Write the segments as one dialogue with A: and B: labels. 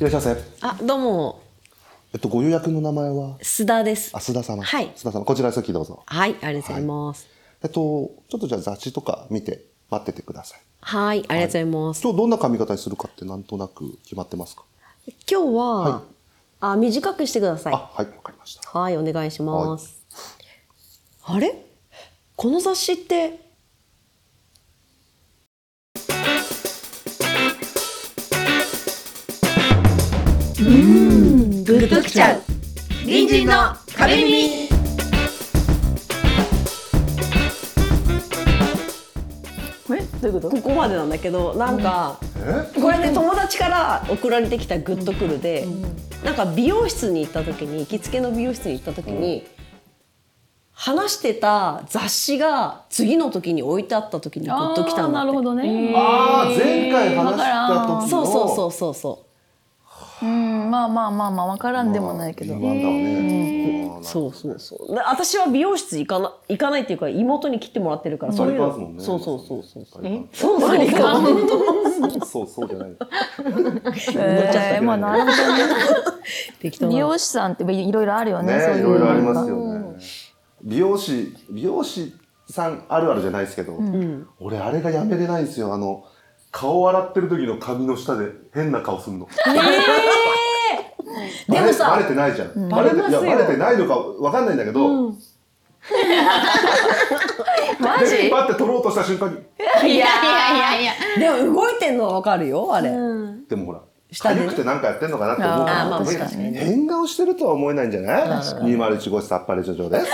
A: らっしゃいませ。
B: あ、どうも、
A: えっと、ご予約の名前は
B: 須田です。
A: あ、須田様。
B: はい
A: 須田様、こちらです。どうぞ。
B: はい、ありがとうございます。
A: えっと、ちょっとじゃあ雑誌とか見て待っててください。
B: はい、ありがとうございます。
A: 今日どんな髪型にするかってなんとなく決まってますか
B: 今日は、
A: はい
B: あ、短くしてください。
A: あ、はい、わかりました。
B: はい、お願いします。あれこの雑誌って、うん、グッときちゃう。
C: 隣人の壁耳
B: えどういうことここまでなんだけどなんか、これね友達から送られてきた「グッとくるで」なんか美容室に行った時に行きつけの美容室に行った時に、話してた雑誌が次の時に置いてあった時にグッときたんだっ
C: なる
B: て
C: ほどね、
A: あー前回話した時の
B: そうそうそうそうそ
D: うん、まあまあまあまあわからんでもないけど、
A: なんだろうね。あー
B: うそうそうそうで私は美容室行かな行かないっていうか妹に切ってもらってるからそういう
A: バリ
B: の
A: カンですもんね
B: そうそうそうそうそう
A: え
B: そうそうそう
A: そうそうじゃ ない。
D: えー、まあな るほどね
B: 適当な
D: 美容師さんっていろいろあるよねそう
A: ね、
D: い
A: いうろいろあり
D: なんか
A: ますよね。美容師、美容師さんあるあるじゃないですけど、俺あれがやめれないんですよ。あの、顔洗ってる時の髪の下で変な顔するの。
B: でもさ
A: バレバレてないじゃん。バレていやバレてないのかわかんないんだけど、
D: マ
A: で
D: ジ
A: パって取ろうとした瞬間に、
C: いやいやいやいや
B: でも動いてんのはわかるよあれ、
A: でもほら、
B: 下でね
A: 痒くてなんかやってんのかなって思うから
B: あーまあ確かに
A: 変顔してるとは思えないんじゃない ?201 号室さっぱり叙情です。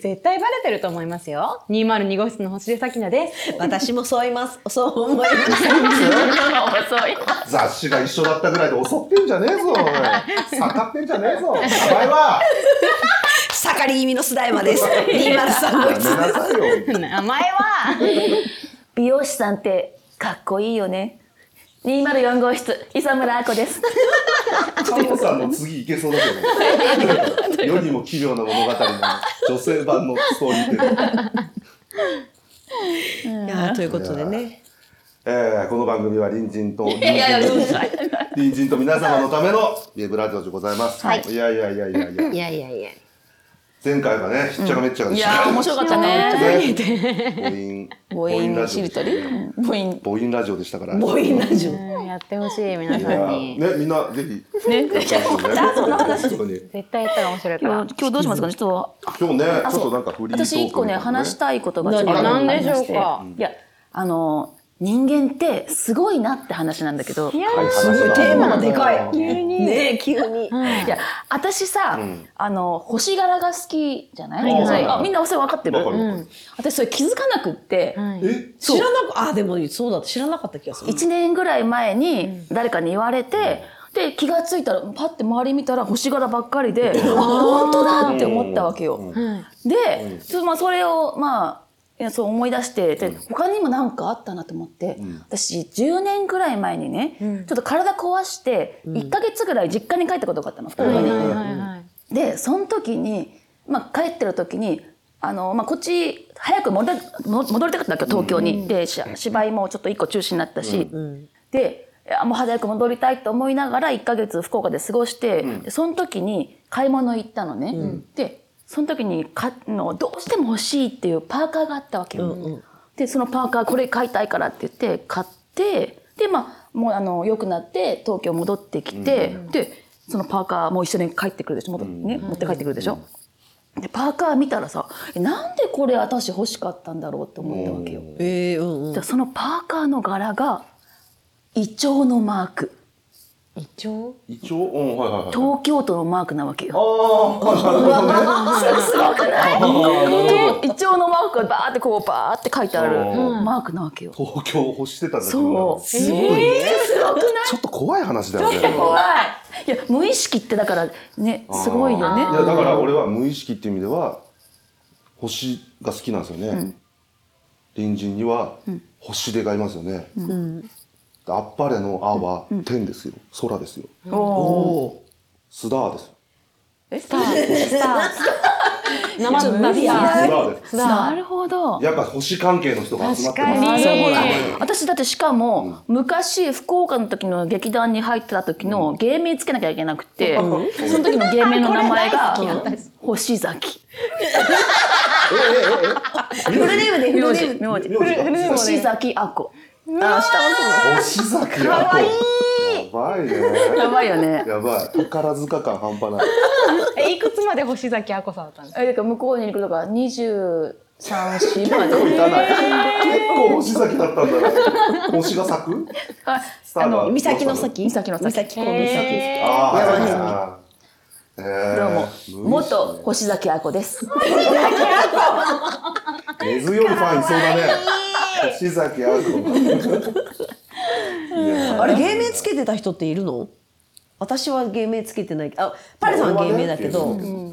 C: 絶対バレてると思いますよ202号室の星出咲菜です
B: 私もそういますそう思います
D: 遅い
A: 雑誌が一緒だったぐらいで襲ってんじゃねえぞ、 おい。下がってんじゃねえぞ。お前は、
B: 盛り気味の須田山 です。203
A: や
B: 号
A: めな
B: 室。
A: さいよ。
C: 名前は
D: 美容師さんってかっこいいよね204号室磯村あこ です
A: カモさんの次いけそうだけど、世 にも奇妙な物語の女性版のストーリーテール
B: いやーということでね。
A: えー、この番組は隣人と隣人と隣人と皆様のためのウェブラジオでございます。い、やいやいやいやいや。
B: いやいやいや。
A: 前回がね、ひっちゃかめっちゃかで
D: い
A: した。
D: やー面白かったね
A: ね。母
D: 母
A: 音
D: 音しりとりうん母音
A: 母音ラジオでしたから。
B: ボイラジオ。
C: やってほしい皆
A: い
C: さ
A: や
C: ん
A: ー
C: に
A: ね、みんなぜひ。
D: ね
A: 本当に
C: 絶対やったら面白いか
D: 今
C: ら
D: 日今日どうしますかねちょっと
A: 今日ね、
D: あ
A: ちょっ
D: そ
A: と
D: う
A: なんかフリートークみたいな、
D: 私一個ね話したいことがちょっと
C: 何
D: ありま
C: 何でしょうか
D: いやあの人間ってすごいなって話なんだけど
A: はい話
B: すごいテーマがでかい。
A: うん
B: ねえ、急に。
D: いや私さ、
A: うん
D: あの星柄が好きじゃない、
A: うん
D: はいあみんなそれ分かってる
A: わかるわかる
D: うん私それ気づかなくって、
A: え
B: 知らなかあでもそうだ知らなかった気がする。
D: 1年ぐらい前に誰かに言われて、で気がついたらパッて周り見たら星柄ばっかりで、あ本当だって思ったわけよ。で、ちょっとまあそれをまあいやそう思い出してで他にも何かあったなと思って、私10年ぐらい前にね、ちょっと体壊して1ヶ月ぐらい実家に帰ったことがあったの、二人で。でその時に、まあ、帰ってる時にあの、まあ、こっち早く戻りたも戻りたかったわけよ東京に、でし芝居もちょっと一個中止になったし、でいやもう早く戻りたいと思いながら1ヶ月福岡で過ごして、でその時に買い物行ったのね、でその時にかのどうしても欲しいっていうパーカーがあったわけよ、でそのパーカーこれ買いたいからって言って買ってでまあもうあの良くなって東京戻ってきて、でそのパーカーも一緒に帰ってくるでしょ戻ってね、持って帰ってくるでしょ、でパーカー見たらさえなんでこれ私欲しかったんだろうって思ったわけよ、
B: ええうんうん。
D: でそのパーカーの柄がイチョウのマーク
C: 一応
A: 一応、うん、はいはいはい。
D: 東京都のマークなわけよ
A: ああ、なるほどね。
D: すごくない
A: な
D: イチョウのマークがバーってこうバーって書いてある
A: う
D: マークなわけよ
A: 東京を欲してたんだけど。
D: そう
A: ち
D: すごい、えーすごくない
A: ょっと怖い話だよね。
D: 怖いいや無意識ってだからねすごいよ
A: いや
D: ね
A: だから俺は無意識っていう意味では星が好きなんですよね、隣人には星出がいますよね、あっぱれの「あ」は天ですよ空ですよ
D: おー
A: スダーですよ
D: スター
C: 生
D: ちょっと
C: ナビア
A: スラーです
D: なるほど。
A: やっぱ星関係の人が集まってます
C: 確か
D: あ
C: に
D: そういうこと
C: え
D: あ私だってしかも、昔福岡の時の劇団に入ってた時の芸名つけなきゃいけなくて、その時の芸名の名前が星崎。
A: ええええええ名字
D: 名字名字名字
A: 名字
D: 星崎あこ。あ
A: 星崎かわいいやばい
D: 下
A: ね
D: やばいよね。
A: やばい宝塚感半端ない
C: えいくつまで星崎あこさんだったんですか
D: えだから向こうに行くとか二十三 四まで。
A: いかない結構星崎だったんだね星が咲く
D: あ
A: スターが
D: あの
B: 岬の先
D: 岬の先
B: 岬こう
C: へ
B: 岬
A: あ
C: ー
A: あはいはいはいえ
D: どう
A: ー無理っ
D: も
A: すね
D: 元星崎あこです。
A: 根強いファンいそうだね星崎あこいや
B: あれ芸名つけてた人っているの私は芸名つけてないけどあパレさんは芸名だけど、
A: 俺はね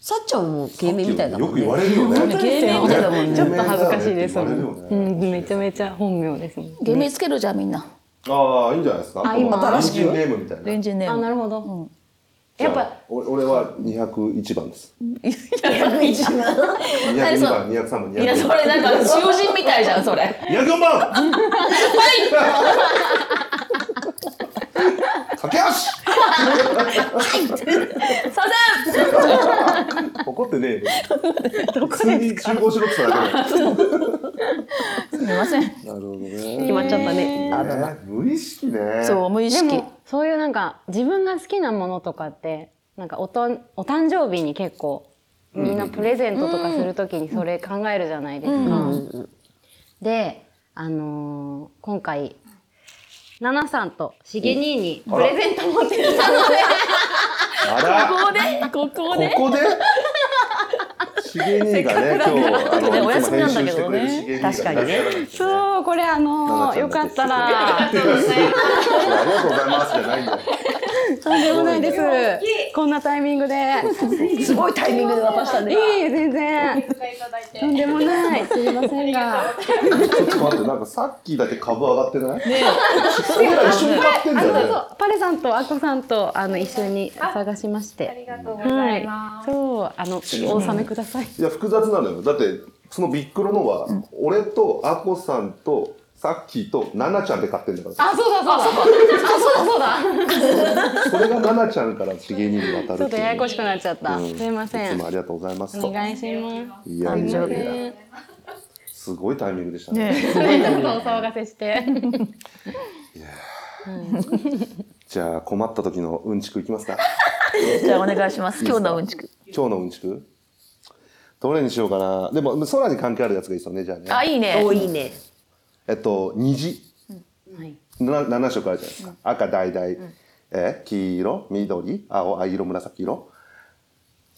B: さっちゃんも芸名みたいだも
A: よ
B: ん
A: く
B: ね
A: 言われるよね
D: 芸名みたいだもん
C: ちょっ
D: ね。
C: と恥ずかしいです。
A: 言われるよね
C: うん、めちゃめちゃ本名ですね。
D: 芸名つけるじゃんみんな。
A: ああいいんじゃないですか
C: あ今
A: 新しいネームみたいな
D: レンジネ
C: あ、
D: ーム。
C: なるほど。やっ
A: じゃ
C: ぱ
A: あ俺俺は201番 です
D: 101番。
A: 202番203番
D: いやそ
A: 204番
D: れなんか使用人みたいじゃんそれ。
A: 204番はい駆け足
D: させん。
A: 怒ってねえよ普通に集合しろって言っただけ
D: すみません。
A: だよなるほどね
B: 決まっちゃったねあだ名
A: ね無意識ね
D: そう無意
C: で
D: 識。
C: もそういうなんか自分が好きなものとかってなんかおとんお誕生日に結構みんなプレゼントとかするときにそれ考えるじゃないですか。で、あのー今回ナナさんとしげ兄にプレゼント持ってきたので、
A: あら
D: ここでここ
A: こ
D: で。
A: こでしげ兄がね今日あの
D: ねお
A: いつも
D: 休みな
A: 編集
D: んだけ
A: して
D: ど
A: く
D: ね
A: れるしげ兄が
B: 確かにね
A: いらっしゃるんですね
C: そうこれあのーよ
A: ナナちゃ
C: か
A: んだけ
C: ったらそうですね
A: ありがとうございますじゃないんだよ
C: とんでもないですこんなタイミングで。
B: すごいタイミングで渡した
C: いい
B: ね
C: 全然とんでもないすいませんが
A: ちょっと待ってなんかさっきだけ株上がってない ね俺ら一緒に買ってんだ
C: そうそ
A: よね
C: うパレさんとアコさんとあの一緒に探しましてありがとうございます、そうあのお納めください
A: いや複雑なのよだってそのビックロのは俺とあこさんとさっきとななちゃんで買ってんだから
C: あそうだそうだそうだそうだ
A: それがななちゃんからしげに渡るっていう
C: ちょっとややこしくなっちゃった、
A: うん
C: すいませ
A: いつ
C: ん
A: もありがとうございますと
C: お願いしま
A: いやいやいや
C: す
A: すごいタイミングでしたね
D: ね。
C: それちょっとお騒がせして
A: じゃあ困った時のうんちくいきますか
D: じゃあお願いし ます。今日のうんちく。
A: 今日のうんちくどれにしようかなでも空に関係あるやつがいいですよねじゃあね
D: あいいね。
B: 多いね
A: えっと虹
C: はい
A: な7色あるじゃないですか、赤橙、え黄色緑青藍色紫色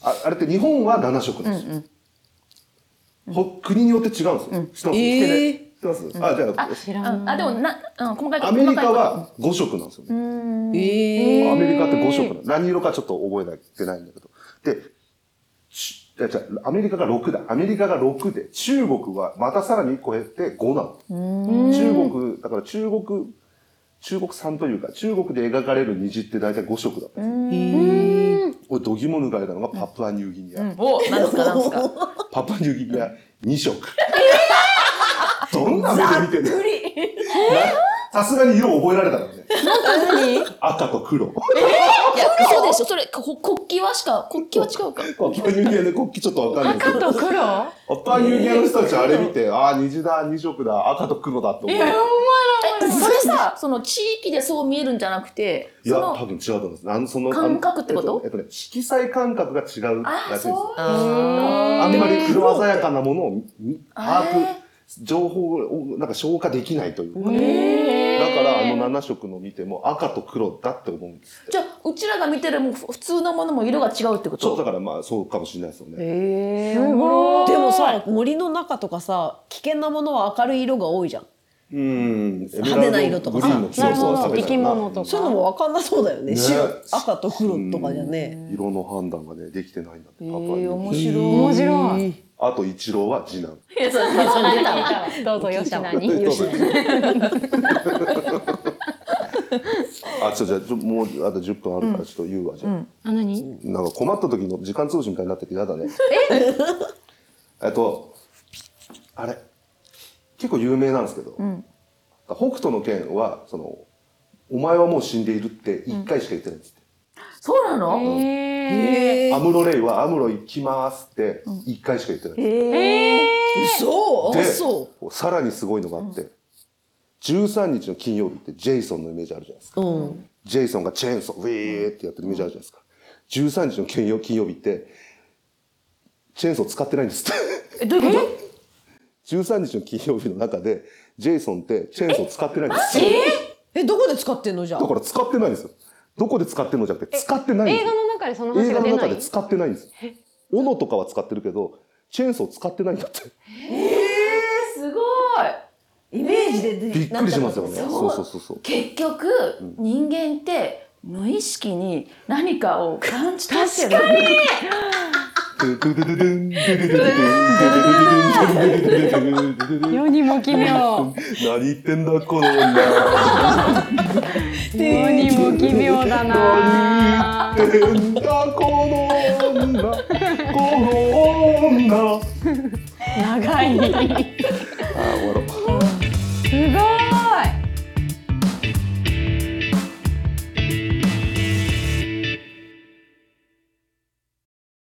A: ああれって日本は7色なんですよ、ほ国によって違うんですよ、知ってます、
B: え
A: 知ってます、あじゃあ
C: 知ら
D: うん
C: な
D: あでもなうん細かい
A: アメリカ
D: 細かい
A: は5色なんですよね、
B: え
A: アメリカって5色なの何色かちょっと覚えてないんだけどでちえじゃあアメリカが6だアメリカが6で中国はまたさらに1個減って5なの中国だから中国中国産というか中国で描かれる虹って大体5色だったんですよ俺度肝抜かれたのがパプアニューギニア、
D: おなんですかなんですか。
A: パプアニューギニア2色、どんな目で見てんのなさすがに色覚えられたのね赤と黒
D: いや 嘘でしょ。それこ国旗はしか国旗は違うか。
A: パプアニューギニアの国旗ちょっとわかんないですけど
C: 赤と黒
A: パプアニューギニアの人たちあれ見て、ああ、虹だ、二色だ、赤と黒だって思う。いや、
D: えそれさその地域でそう見えるんじゃなくてそ
A: 多
D: の
A: 分違うと思うんです。なんその
D: 感覚ってこと
A: えっとえっとね、色彩感覚が違う
D: あ
A: らしいんです
D: そ
A: よ。
D: う
A: あんまり色鮮やかなものをみ把
D: へ
A: 握、情報をなんか消化できないというか。だからあの七色の見ても赤と黒だって思うんですって。
D: じゃあうちらが見てるもう普通のものも色が違うってこ
A: そう、だ
D: と
A: からまあそうかもしれないですよね。
B: え
C: すごい
B: でもさ森の中とかさ危険なものは明るい色が多いじゃん
A: うん。エメラルド
B: 派手な色とかさ
A: グリーンの
C: なる
A: そう
C: ほ
A: そう食べ
C: ど生
A: た
C: き
A: いな
C: 物とか
B: そういうのも分かんなそうだよね
A: ね
B: 白赤と黒とかじゃね
A: 色の判断がね、できてないんだって。パプアニューギニア
D: 面白い
C: 面白い
A: あと一郎は次男。
D: いやそれそれ出たわ
C: どうぞ吉田
A: ど
C: に
A: うぞ あちょじゃあちょもうあと10分あるからちょっと言うわじゃあ、
C: あ、何
A: なんか困った時の時間通信みたいになってて嫌だねえっとあれ結構有名なんですけど、北斗の拳はその「お前はもう死んでいる」って1回しか言ってないんですって、
D: そうなの、
C: え
A: アムロレイは「アムロ行きます」って1回しか言ってないんです
C: ー、え
E: 嘘
A: で
E: 嘘
A: さらにすごいのがあって、13日の金曜日ってジェイソンのイメージあるじゃないですか、ジェイソンがチェーンソーウィーってやってるイメージあるじゃないですか13日の金曜金曜日ってチェーンソー使ってないんですって
D: えどういうこと
A: 13日の金曜日の中でジェイソンってチェーンソー使ってないんですよ
E: えどこで使ってんのじゃあ
A: だから使ってないんですよどこで使ってんのじゃなくて使ってな
C: ー、
A: いんで
C: 映
A: す
C: 画
A: よ
C: の中でその
A: 映画
C: 話が
A: の
C: 出な
A: 中
C: い
A: で使ってないんですよ斧とかは使ってるけどチェーンソー使ってないんだって
D: すごい
E: イメージで
A: びっくりしますよね
E: なんだ
A: そうそうそうそう
D: 結局、人間って無意識に何かを感じたってる
C: 世にも奇妙
A: 何言ってんだこの女
C: 世にも奇妙だな
A: 何言ってんだこの女この女
C: 長い